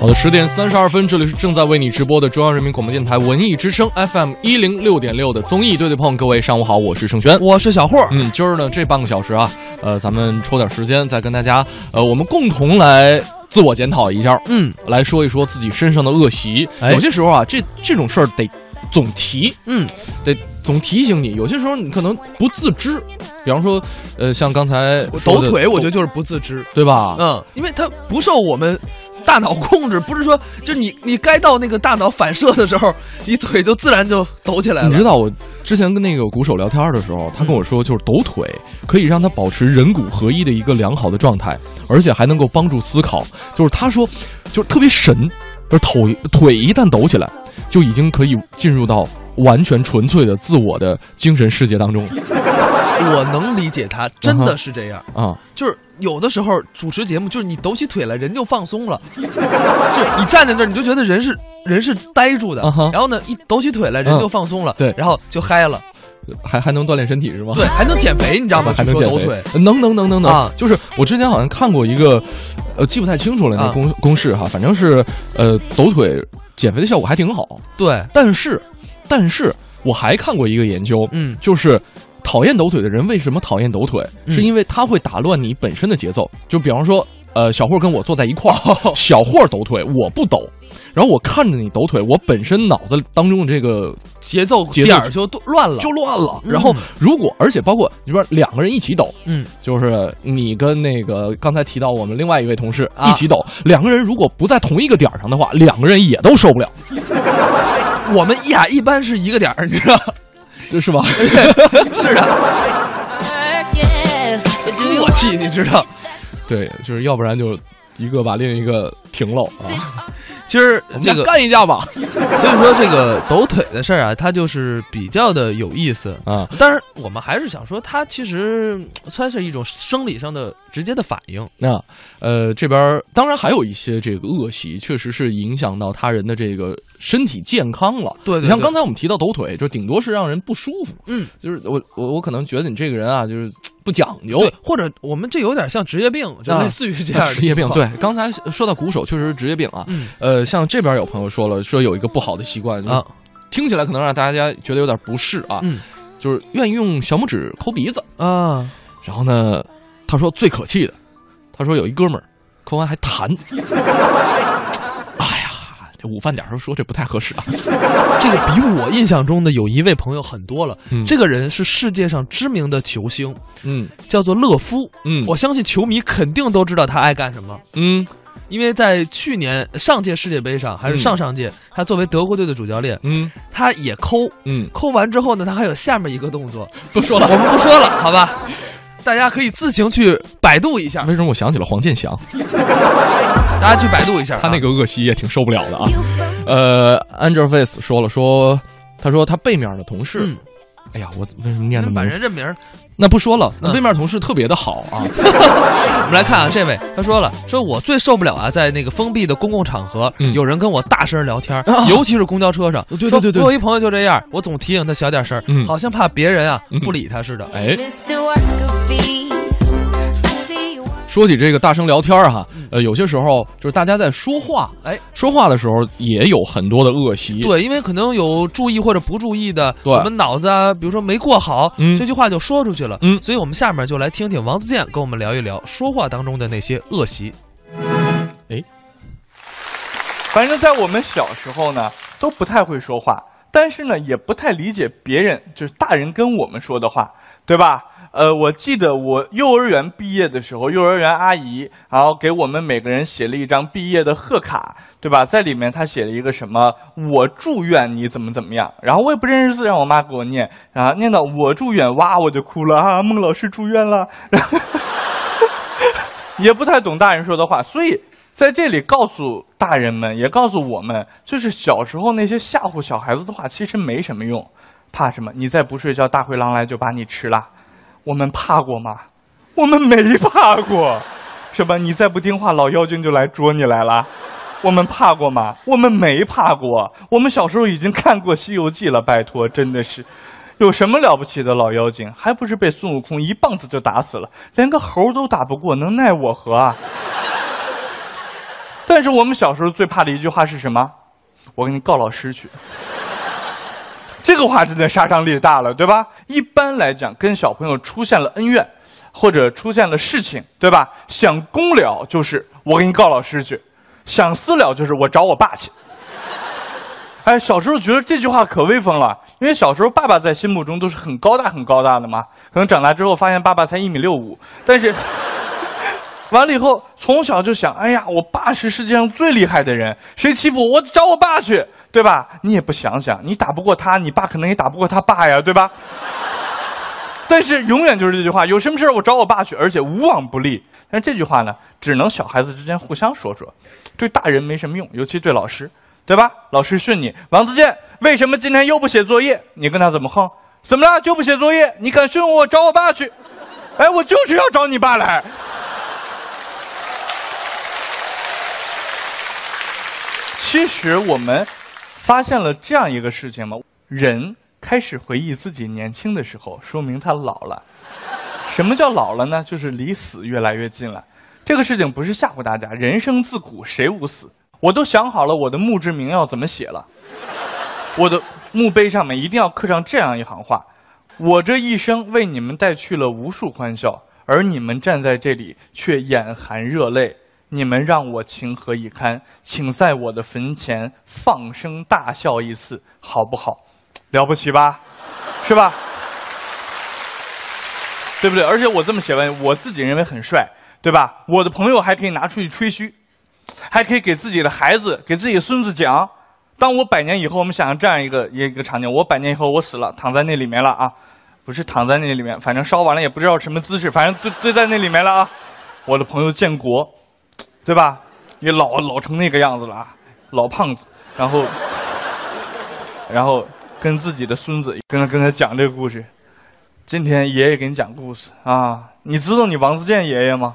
好的，十点三十二分，这里是正在为你直播的中央人民广播电台文艺之声 FM 一零六点六的综艺对对碰。各位上午好，我是盛轩。我是小霍，嗯，今儿呢这半个小时啊，呃，咱们抽点时间再跟大家，呃，我们共同来自我检讨一下，嗯，来说一说自己身上的恶习。哎有些时候啊，这这种事儿得总提，嗯，得总提醒你。有些时候你可能不自知，比方说，呃，像刚才我说抖的腿，我觉得就是不自知，对吧？嗯，因为它不受我们大脑控制，不是说就是你你该到那个大脑反射的时候，你腿就自然就抖起来你知了。道我之前跟那个鼓手聊天的时候，他跟我嗯说，就是抖腿可以让他保持人骨合一的一个良好的状态，而且还能够帮助思考。就是他说，就是特别神，就是腿腿一旦抖起来，就已经可以进入到完全纯粹的自我的精神世界当中我能理解他，真的是这样，啊。就是有的时候主持节目，就是你抖起腿来，人就放松了，就是你站在那儿，你就觉得人是人是呆住的啊哈，然后呢，一抖起腿来，人嗯就放松了，对然后就嗨了，还还能锻炼身体是吗？ 对，还能减肥，你知道吗？还能据减说抖肥腿，，能能能能能、啊就是我之前好像看过一个，呃，记不太清楚了那啊公、公式哈，反正是呃抖腿减肥的效果还挺好。对，但是，但是我还看过一个研究，嗯，就是讨厌抖腿的人为什么讨厌抖腿，嗯是因为他会打乱你本身的节奏。就比方说，呃，小霍跟我坐在一块 哦儿，小霍抖腿，我不抖。然后我看着你抖腿，我本身脑子当中的这个节奏节奏点儿就都乱了，就乱了。嗯然后如果而且包括你说两个人一起抖，嗯，就是你跟那个刚才提到我们另外一位同事啊一起抖，两个人如果不在同一个点儿上的话，两个人也都受不了，我们俩一般是一个点儿，你知道？ 是吧？是的，默哎默契，你知道？对，就是要不然就一个把另一个停了 啊。其实这我们俩个，干一架吧所以说这个抖腿的事儿啊，它就是比较的有意思。啊！当然，我们还是想说，它其实嗯算是一种生理上的直接的反应。那呃，这边儿当然还有一些这个恶习，确实是影响到他人的这个身体健康了。对对你像对刚才我们提到抖腿，就顶多是让人不舒服。嗯，就是我我我可能觉得你这个人啊，就是不讲究。 对，或者我们这有点像职业病，就哦啊类似于这样 的职业病情，况对，刚才说到鼓手确实是职业病啊。嗯呃，像这边有朋友说了，说有一个不好的习惯啊，，听起来可能让大家觉得有点不适嗯啊，嗯就是愿意用小拇指抠鼻子。啊，然后呢，他说最可气的，他说有一哥们儿抠完还弹， 哎呀，这午饭点儿时候说这不太合适啊。这个比我印象中的有一位朋友很多了。嗯这个人是世界上知名的球星，嗯叫做勒夫。嗯我相信球迷肯定都知道他爱干什么。嗯因为在去年上届世界杯上，还是上上届，他作为德国队的主教练，嗯他也抠，嗯，抠完之后呢，他还有下面一个 动作，不说了我。们不说了，好吧？大家可以自行去百度一下，为什么我想起了黄健翔，大家去百度一下啊、他那个恶习也挺受不了的啊。呃，Angel Face 说了说，他说他背面的同事，嗯哎呀，我为什么念那能么把？人这名儿，那不说了，那嗯背面同事特别的好啊。我们来看啊，这位他说了，说我最受不了啊，在那个封闭的公共场合，嗯有人跟我大声 聊天，啊尤其是公交车上。对对对对说我有一朋友就这样，我总提醒他小点声儿，嗯好像怕别人啊嗯不理他似的。哎，说起这个大声聊天儿哈，呃，有些时候就是大家在说话，哎，说话的时候也有很多的恶习。，对，因为可能有注意或者不注意的，对我们脑子啊，比如说没过好，嗯这句话就说出去了。嗯所以我们下面就来听听王自健跟我们聊一聊说话当中的那些恶习。反正，在我们小时候呢，都不太会说话，但是呢，也不太理解别人，就是大人跟我们说的话，对吧？呃，我记得我幼儿园毕业的时候，幼儿园阿姨然后给我们每个人写了一张毕业的贺卡，对吧？在里面她写了一个什么“我祝愿你怎么怎么样”，然后我也不认识字，让我妈给我念，然后念到“我祝愿”，哇，我就哭了啊！孟老师住院了，然后也不太懂大人说的话，所以在这里告诉大人们，也告诉我们，就是小时候那些吓唬小孩子的话，其实没什么用。怕什么？你再不睡觉，大灰狼来就把你吃了。 我们怕过吗？我们没怕过， 是吧？你再不听话，老妖精就来捉你来了。 我们怕过吗？我们没怕过。我们小时候已经看过《西游记》了，拜托，真的是，有什么了不起的老妖精？还不是被孙悟空一棒子就打死了，连个猴都打不过，能奈我何啊？ 但是我们小时候最怕的一句话是什么？我给你告老师去。这个话真的杀伤力大了，对吧？一般来讲，跟小朋友出现了恩怨，或者出现了事情，对吧？想公了就是我给你告老师去，想私了就是我找我爸去。哎，小时候觉得这句话可威风了，因为小时候爸爸在心目中都是很高大很高大的嘛。可能长大之后发现爸爸才一米六五，但是 完了以后从小就想，哎呀，我爸是世界上最厉害的人，谁欺负我，我找我爸去，对吧？你也不想想，你打不过他，你爸可能也打不过他爸呀，对吧？ 但是永远就是这句话，有什么事儿我找我爸去，而且无往不利。但是这句话呢，只能小孩子之间互相说说，对大人没什么用，尤其对老师，对吧？老师训你，王自健为什么今天又不写作业？你跟他怎么横？怎么了？就不写作业？你敢训我，我找我爸去！ 哎，我就是要找你爸来。其实我们发现了这样一个事情嘛，人开始回忆自己年轻的时候，说明他老了。什么叫老了呢？就是离死越来越近了。这个事情不是吓唬大家，人生自古谁无死？我都想好了我的墓志铭要怎么写了，我的墓碑上面一定要刻上这样一行话：我这一生为你们带去了无数欢笑，而你们站在这里却眼含热泪。你们让我情何以堪？请在我的坟前放声大笑一次，好不好？了不起吧，是吧？对不对？而且我这么写完，我自己认为很帅，对吧？我的朋友还可以拿出去吹嘘，还可以给自己的孩子、给自己的孙子讲。当我百年以后，我们想象这样一个一个场景：我百年以后我死了，躺在那里面了啊，不是躺在那里面，反正烧完了也不知道什么姿势，反正堆堆在那里面了啊。我的朋友建国，对吧？也老老成那个样子了啊，老胖子，然后，然后跟自己的孙子跟他跟他讲这个故事。今天爷爷给你讲故事啊，你知道你王自健爷爷吗？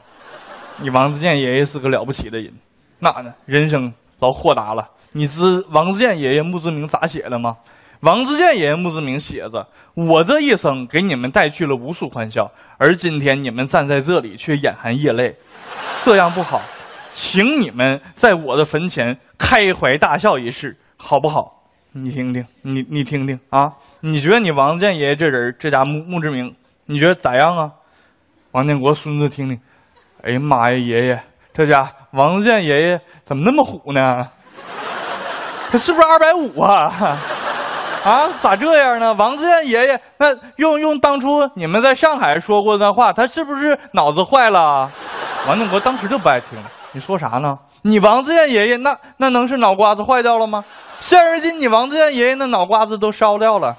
你王自健爷爷是个了不起的人，那呢，人生老豁达了。你知王自健爷爷墓志铭咋写的吗？王自健爷爷墓志铭写着：“我这一生给你们带去了无数欢笑，而今天你们站在这里却眼含热泪，这样不好，请你们在我的坟前开怀大笑一试，好不好？”你听听，你你听听啊！你觉得你王自健爷爷这人儿这家墓墓志铭，你觉得咋样啊？王建国孙子听听，哎呀妈呀，爷爷，这家王自健爷爷怎么那么虎呢？他是不是二百五啊？啊，咋这样呢？王自健爷爷，那用用当初你们在上海说过的话，他是不是脑子坏了？王建国当时就不爱听，你说啥呢？你王自健爷爷那那能是脑瓜子坏掉了吗？现如今你王自健爷爷那脑瓜子都烧掉了。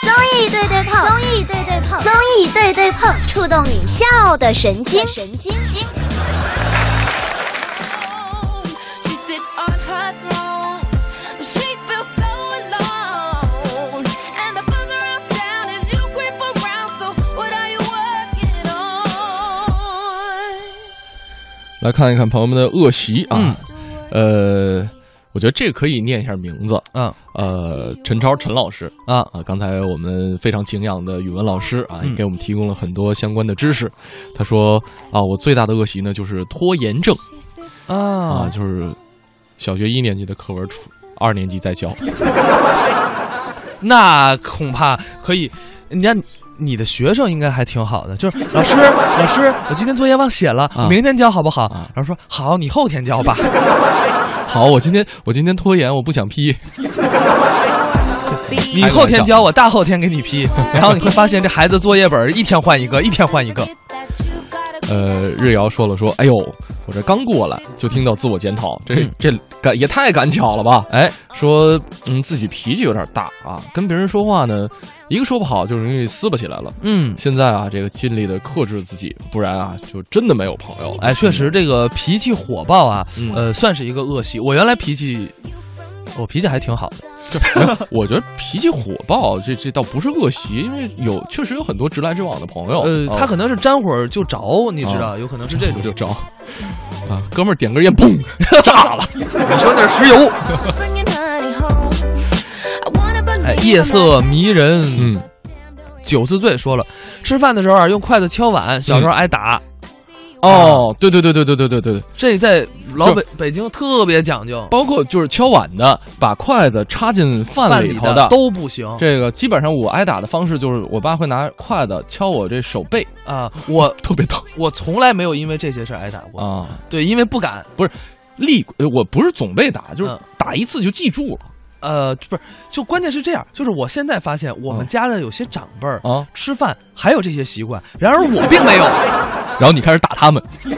综艺对对碰，综艺对对碰，综艺对对碰，触动你笑的神经，神经经。 She sits on her throne. She feels so alone. And the buzz around town is you creep around. So what are you working on? 来看一看朋友们的恶习嗯啊，呃，我觉得这可以念一下名字，嗯呃，陈超陈老师啊啊，刚才我们非常敬仰的语文老师嗯啊，也给我们提供了很多相关的知识。他说啊，我最大的恶习呢就是拖延症啊，啊，就是小学一年级的课文出二年级再教，那恐怕可以，人家你的学生应该还挺好的， 就是老师，老师，我今天作业忘写了，啊明天交好不好？啊老师说好，你后天 交吧。好，我今天我今天拖延，我不想批。你后天交，我大后天给 你批。然后你会发现，这孩子作业本一天 换一个，一天换一个。呃，日瑶说了说，哎呦，我这刚过来就听到自我检讨，这、嗯这赶也太赶巧了吧？哎，说嗯自己脾气有点大啊，跟别人说话呢，一个说不好就容易撕巴起来了。嗯，现在啊，这个尽力的克制自己，不然啊，就真的没有朋友了。 哎，确实这个脾气火爆啊，嗯呃，算是一个恶习。我原来脾气，我脾气还挺好的。哎我觉得脾气火爆，这这倒不是恶习，因为有确实有很多直来直往的朋友。哦呃，啊他可能是沾火就着，你知道，有可能是这 我种。就招啊，哥们儿点根烟，砰，炸了。 你说那是 石油？哎，夜色迷人。嗯，嗯九次醉说了，吃饭的时候啊，用筷子敲碗，小时候挨打。哦，对对对对对对对对对，这在老就北北京特别讲究，包括就是敲碗的，把筷子插进饭饭里里头的都不行这个基本上我挨打的方式就是，我爸会拿筷子敲我这手背，啊！我特别疼我从来没有因为这些事儿挨打过，啊！对，因为不敢。立，呃我不是总被打，就是嗯打一次就记住了呃，不是，就关键是这样，就是我现在发现我嗯们家的有些长辈儿、啊。吃饭还有这些习惯，然而我并没 有，然后你开始打他们，嗯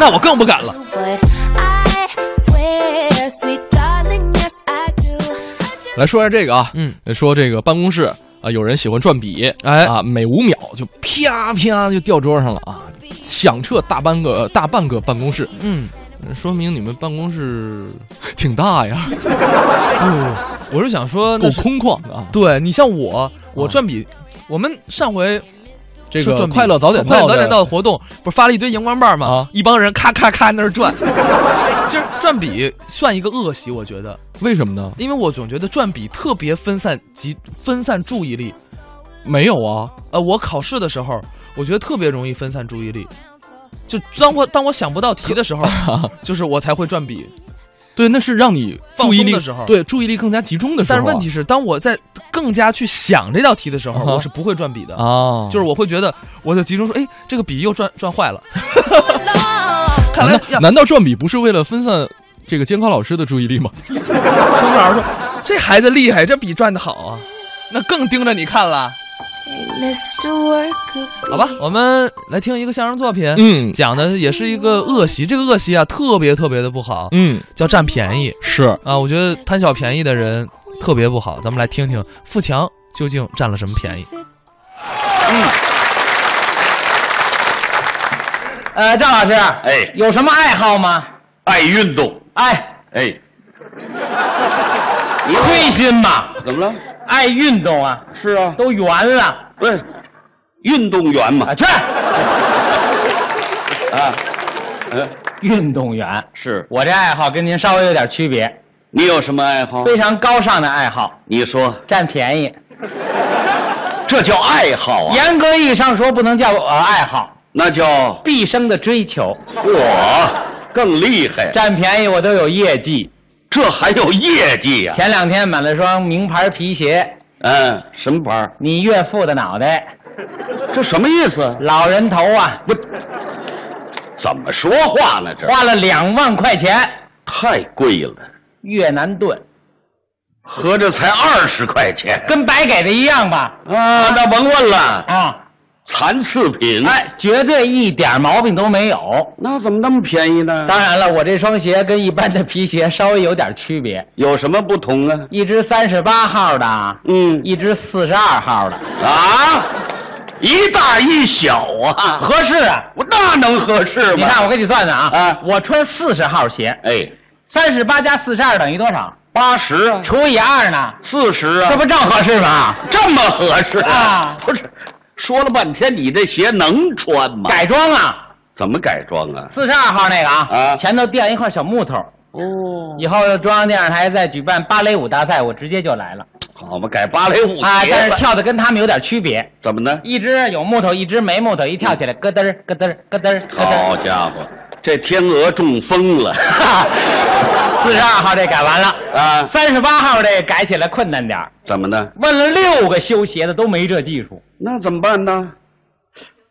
那我更不敢了。 But I swear, sweet darling, yes I do. I just 来说一下这个啊，嗯，说这个办公室啊，有人喜欢转笔，哎啊，每五秒就啪啪就掉桌上了啊，响彻大半个呃大半个办公室，嗯，说明你们办公室 挺大呀，我是想说，够那是空旷的啊。对你像我，我啊转笔，我们上回这说个转笔快乐早点到快的，乐早点到的活动，不是发了一堆荧光棒吗？啊一帮人咔咔咔那儿转， 就是转笔算一个恶习，我觉得，为什么呢？因为我总觉得转笔特别分散集分散注意力。没有啊，呃，我考试的时候，我觉得特别容易分散注意力。就当我当我想不到题的时 候，就是我才会转笔。对，那是让你放注松意力的时候对注意力更加集中的时候但啊。是问题是，当我在更加去想这道题的时候，啊哈我是不会转笔的。啊，就是我会觉得，我就集中说，哎，这个笔又转 转坏了。 alone. 看难来道呀，难道转笔不是为了分散这个监考老师的注意力 吗？空老师说，这孩子厉害，这笔转的好啊，那更盯着你看了。 Mr. Worker. 好吧，我们来听一个相声作品， 嗯讲的也是一个恶习，这个恶习啊，特别特别的不好，嗯，叫占便宜。是啊，我觉得贪小便宜的人特别不好。咱们来听听富强究竟占了什么 便宜。呃，赵老师，哎有什么爱好吗？爱运动，哎，哎，你亏心吧？怎么了？爱运动啊，是啊，都圆了不是运动员嘛啊！？去，啊，嗯，运动员。是我这爱好跟您稍微有点区别，你有什么爱好？非常高尚的爱好，你说占便宜。这叫爱好啊？严格意义上说，不能叫呃爱好，那叫毕生的追求。我更厉害，占便宜我都有业绩。这还有业绩呀、前两天买了双名牌皮鞋，嗯，什么牌儿？你岳父的脑袋，这什么意思？老人头啊，不，怎么说话呢？这花了两万块钱，太贵了，越南盾，合着才二十块钱。跟白给的一样吧？啊，那甭问了，啊。残次品。哎，，绝对一点毛病都没有。那怎么那么便宜呢？当然了，我这双鞋跟一般的皮鞋稍微有点区别，有什么不同啊？一只三十八号的，嗯一只四十二号的，啊，一大一小啊，合适啊。我那能合适吗？你看，我给你算算啊，啊我穿四十号鞋，哎，三十八加四十二等于多少？八十啊，除以二呢？四十啊，这不正合适吗？这么合适啊不是，说了半天，你这鞋能穿吗？改装啊，怎么改装啊？四十二号那个啊，啊前头垫一块小木头。哦，以后中央电视台再举办芭蕾舞大赛，我直接就来了好嘛，改芭蕾舞啊！鞋但是吧跳的跟他们有点区别。怎么呢？一只有木头，一只没木头，一跳起来咯噔儿咯噔儿咯噔儿咯好噔家伙，这天鹅中风 了儿。四十二号这改完了，啊？三十八号这改起来困难点儿。怎么呢？问了六个修鞋的都没这技术，那怎么办呢？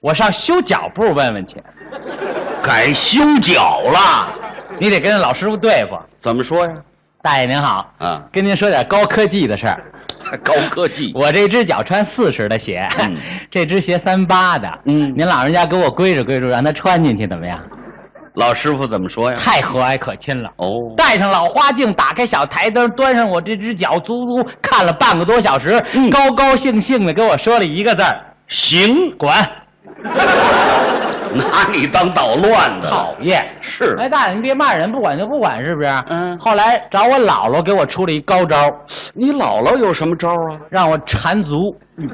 我上修脚部问问去。改修脚了？你得跟老师傅对付。怎么说呀？大爷您好，啊，跟您说点高科技的事儿。高科技。我这只脚穿四十的鞋，嗯 这只鞋三八的。嗯您老人家给我规着规着，让他穿进去怎么样？老师傅怎么说呀？太和蔼可亲了。哦，戴上老花镜，打开小台灯，端上我这只脚，足足看了半个多小时，嗯高高兴兴的跟我说了一个字儿行， “滚拿你当捣乱”，的，讨厌。是呃哎，大爷，您别骂人，不管就不管，是不是？嗯后来找我姥姥给我出了一高招，你姥姥有什么招啊？让我缠足。嗯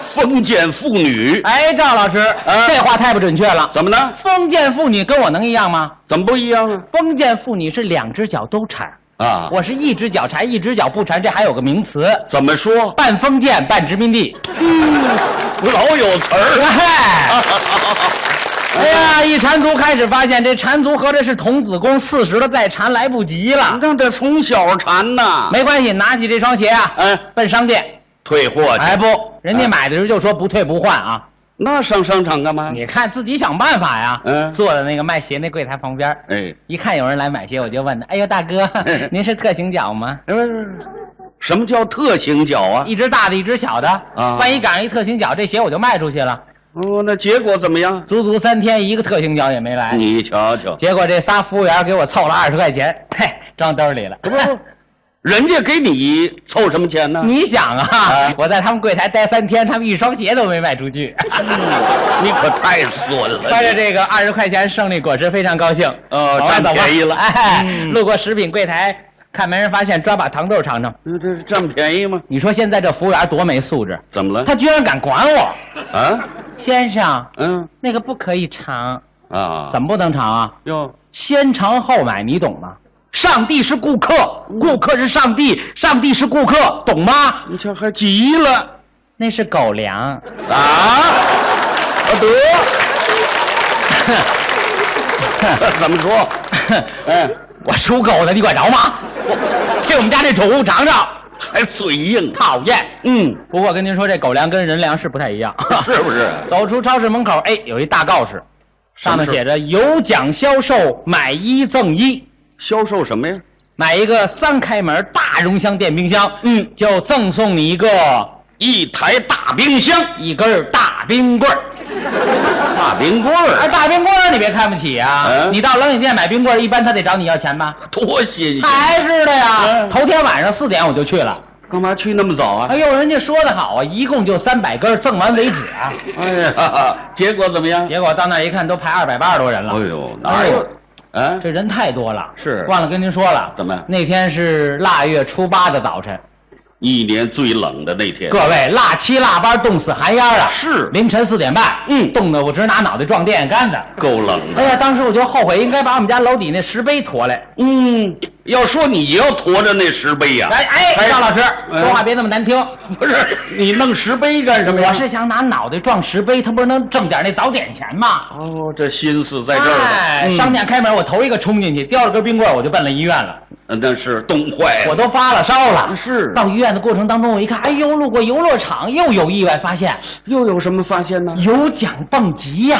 封建妇女？哎，赵老师，这话太不准确了。啊怎么呢？封建妇女跟我能一样吗？怎么不一样啊？封建妇女是两只脚都缠，啊，我是一只脚缠，一只脚不缠，这还有个名词，怎么说？半 封建半殖民地。老有词儿。哎哎呀，一缠足开始发现这缠足合着是童子功，四十了再缠来不及了你。看这从小馋呐，没关系，拿起这双鞋啊，嗯，奔商店。退货去，哎不，人家买的时候就说不退不换啊。那上商场干嘛？你看自己想办法呀。嗯坐在那个卖鞋那柜台旁边儿，哎，一看有人来买鞋，我就问他：“哎呦，大哥，您是特型脚吗？不是不是，不是什么叫特型脚啊？一只大的，一只小的。啊万一赶上一特型脚，这鞋我就卖出去了。哦，那结果怎么样？足足三天，一个特型脚也没来。你瞧瞧，哎结果这仨服务员给我凑了二十块钱，嘿，装兜里了。不不， 人家给你凑什么钱呢？你想啊，啊我在他们柜台待三天，他们一双鞋都没卖出去。嗯你可太损了！揣着这个二十块钱胜利果实，非常高兴。哦走吧占走吧便宜了哎，嗯路过食品柜台，看没人发现，抓把糖豆尝尝。这这占便宜吗？你说现在这服务员多没素质，怎么了？他居然敢管我，啊，先生，嗯那个不可以尝，啊，怎么么不能尝啊？哟？先尝后买，你懂吗？上帝是顾客，嗯顾客是上帝，上帝是顾客，懂吗？你瞧还急了那是狗粮。啊？啊得， 怎么 说？ 哎，我属狗的，你管着吗？我给我们家这宠物尝尝，还嘴硬，讨厌。嗯，不过跟您说，这狗粮跟人粮是不太一样， 是不是走出超市门口，哎，有一大告示，上什么面事写着“有奖销售，买一赠一销售什么呀？”，买一个三开门大容箱电冰箱，嗯，就赠送你一个一台大冰箱，一根儿大冰棍儿。大冰棍而儿，大冰棍儿你别看不起啊，嗯你到冷饮店买冰棍儿，一般他得找你要钱吧？多新鲜！还是的呀，嗯头天晚上四点我就去了。哎干嘛去那么早啊哎？呦，人家说的好啊，一共就三百根儿，赠完为止啊。 哎 呀，结果怎么样？结果到那儿一看，都排二百八十多人了。哎呦，哪有？啊，这人太多了，是忘了跟您说了。怎么那天是腊月初八的早晨，一年最冷的那天，各位腊七腊八冻死寒烟儿啊！是凌晨四点半，嗯冻得我直拿脑袋撞电线杆子。够冷哎的。呀，当时我就后悔，应该把我们家楼底那石碑驮来。嗯，要说你要驮着那石碑呀、哎哎，赵老师，哎说话别那么难听。不是你弄石碑干什么呀？我是想拿脑袋撞石碑，他不是能挣点那早点钱吗？哦，这心思在这儿哎，呢。嗯商店开门，我头一个冲进去，叼着根冰棍儿，我就奔了医院了。嗯，那是冻坏我了。都发了烧了。哎是到医院的过程当中，我一看，哎呦，路过游乐场又有意外发现，又有什么发现呢？有奖蹦极呀、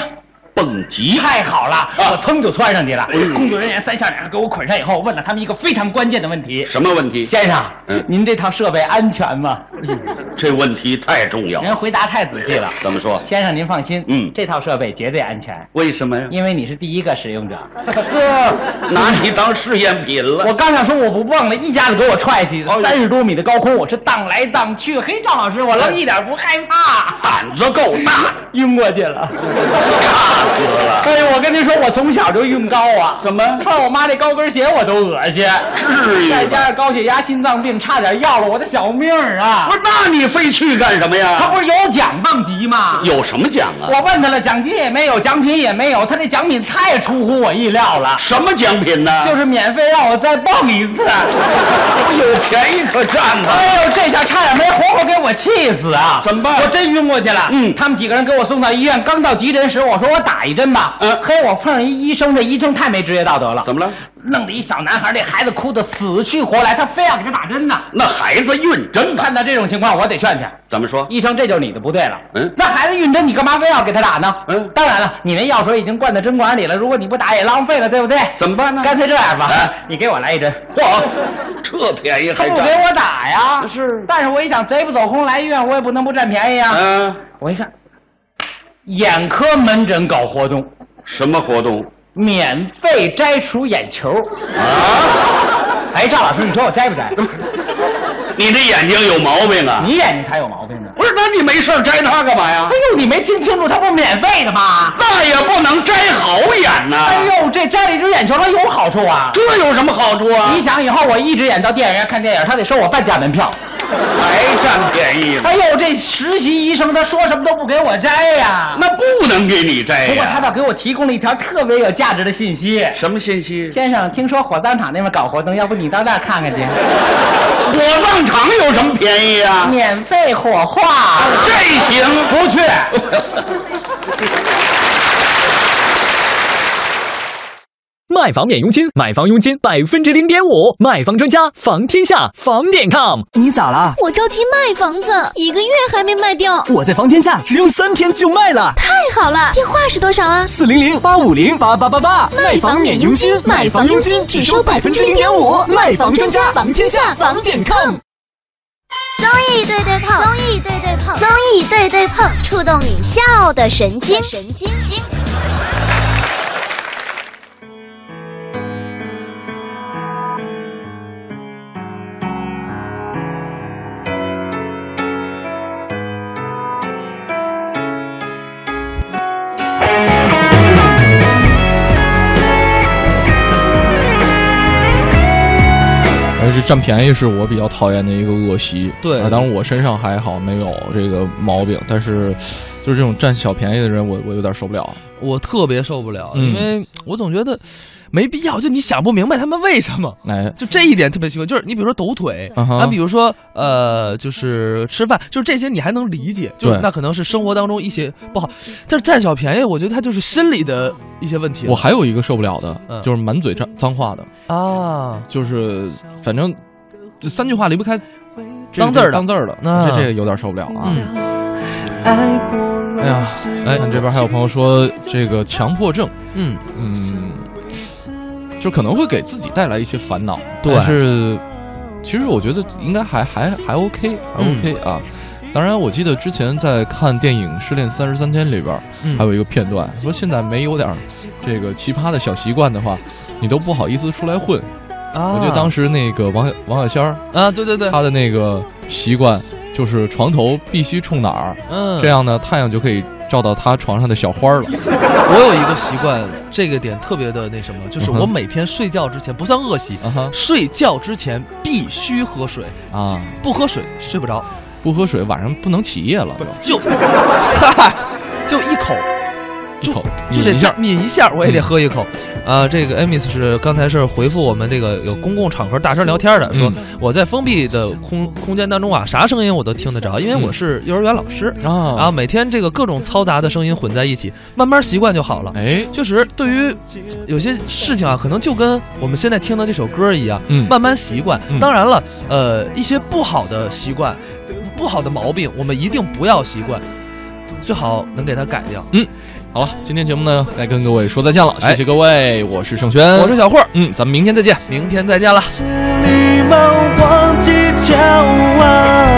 蹦极，太好了，啊我噌就窜上去哎了。工作人员三下两下给我捆上以后，问了他们一个非常关键的问题：什么问题？先生，嗯您这套设备安全吗？这问题太重要。人回答太仔细了。怎么说？先生，您放心，嗯这套设备绝对安全，为什么呀？因为你是第一个使用者。 呵，拿你当试验品了。我刚想说我不蹦了，一下子给我踹下去，哎呦三十多米的高空，我是荡来荡去。嘿，赵老师，我愣一点不害怕。胆子够大，晕过去了。吓死了！哎呦，我跟您说，我从小就晕高啊，怎么穿我妈那高跟鞋我都恶心，至于吗再加上高血压、心脏病，差点要了我的小命儿啊不！是，那你非去干什么呀？他不是有奖棒级吗？。有什么奖啊？我问他了，奖金也没有，奖品也没有，他这奖品太出乎我意料了，什么奖品呢？就是免费让我再蹦一 次。有便宜可占呐！哎呦，这下差点没活活给我气死啊！怎么办我真晕过去了。嗯他们几个人给我送到医院，刚到急诊室，我说我打一针吧。嗯嘿，我碰上一医生，这医生太没职业道德了。怎么了？弄得一小男孩，这孩子哭得死去活来，他非要给他打针呢。那孩子运真的看到这种情况，我得劝劝怎么说？医生，这就是你的不对了。嗯那孩子晕针，你干嘛非要给他打呢？嗯当然了，你那药水已经灌到针管里了，如果你不打也浪费了，对不对？怎么办呢？干脆这样吧，哎你给我来一针。嚯，这便宜他还不给占？我打呀，是。但是我一想，贼不走空来医院，我也不能不占便宜啊。嗯，我一看，眼科门诊搞活动，什么活动免费摘除眼球。啊？哎，赵老师，你说我摘 不摘？你这眼睛有毛病啊？你眼睛才有毛病呢。不是，那你没事儿摘它干嘛呀哎？呦，你没听清楚，它不是免费的吗？那也不能摘好眼呐！哎，呦，这摘了一只眼球，它有好处啊！这有什么好处啊？你想以后我一只眼到电影院看电影，他得收我半价门票。还占便宜呢？哎呦，这实习医生他说什么都不给我摘呀、那不能给你摘不过呀他。倒给我提供了一条特别有价值的信息。什么信息？先生，听说火葬场那边搞活动，要不你到那儿 看看去？火葬场有什么便宜啊？免费火化，这行，出去！卖房免佣金，买房佣金百分之零点五，卖房专家房天下房点 com。你咋了？我着急卖房子，一个月还没卖掉，我在房天下只用三天就卖了，太好了！电话是多少啊？四零零八五零八八八八，卖房免佣金买房佣金只收0.5%卖房专家房天下房点 com 综艺对对碰，综艺对对碰，综艺对对碰，触动你笑的神经，神经经。而且占便宜是我比较讨厌的一个恶习。对啊，当然我身上还好没有这个毛病，但是就是这种占小便宜的人，我我有点受不了。我特别受不了，嗯因为我总觉得没必要，就你想不明白他们为什么。哎，就这一点特别奇怪，就是你比如说抖腿啊哈啊，比如说呃，就是吃饭，就是这些你还能理解，就是对那可能是生活当中一些不好，但是占小便宜，我觉得他就是心理的一些问题了。我还有一个受不了的，嗯就是满嘴脏脏话的，啊，就是反正这三句话离不开脏字儿的脏字儿的，啊这这个有点受不了啊。嗯爱过了哎呀，哎，看这边还有朋友说这个强迫症，嗯，嗯，就可能会给自己带来一些烦恼，对但是其实我觉得应该还还还 OK，还嗯 OK 啊。当然，我记得之前在看电影《失恋三十三天》里边，嗯还有一个片段说，现在没有点儿这个奇葩的小习惯的话，你都不好意思出来混。啊我记得当时那个王小王小仙儿，啊，对对对，她的那个习惯就是床头必须冲哪儿，嗯，这样呢太阳就可以照到她床上的小花儿 了。我有一个习惯，这个点特别的那什么，就是嗯哼我每天睡觉之前不算恶习，啊哈睡觉之前必须喝水，啊，不喝水睡不着，不喝水晚上不能起夜了， 就 嗨，就一口。一口就抿得一这下嗯样。抿一下，我也得喝一口。啊、这个 Amy 是刚才是回复我们这个有公共场合大声聊天的，说嗯我在封闭的空空间当中啊，啥声音我都听得着，因为嗯我是幼儿园老师，啊然后每天这个各种嘈杂的声音混在一起，慢慢习惯就好了。哎，确实，对于有些事情啊，可能就跟我们现在听的这首歌一样，嗯慢慢习惯。嗯当然了，呃，一些不好的习惯、不好的毛病，我们一定不要习惯，最好能给它改掉。好了，今天节目呢该跟各位说再见了，谢谢各位，我是盛轩，我是小慧儿，嗯，咱们明天再见。明天再见了。礼貌忘记交往。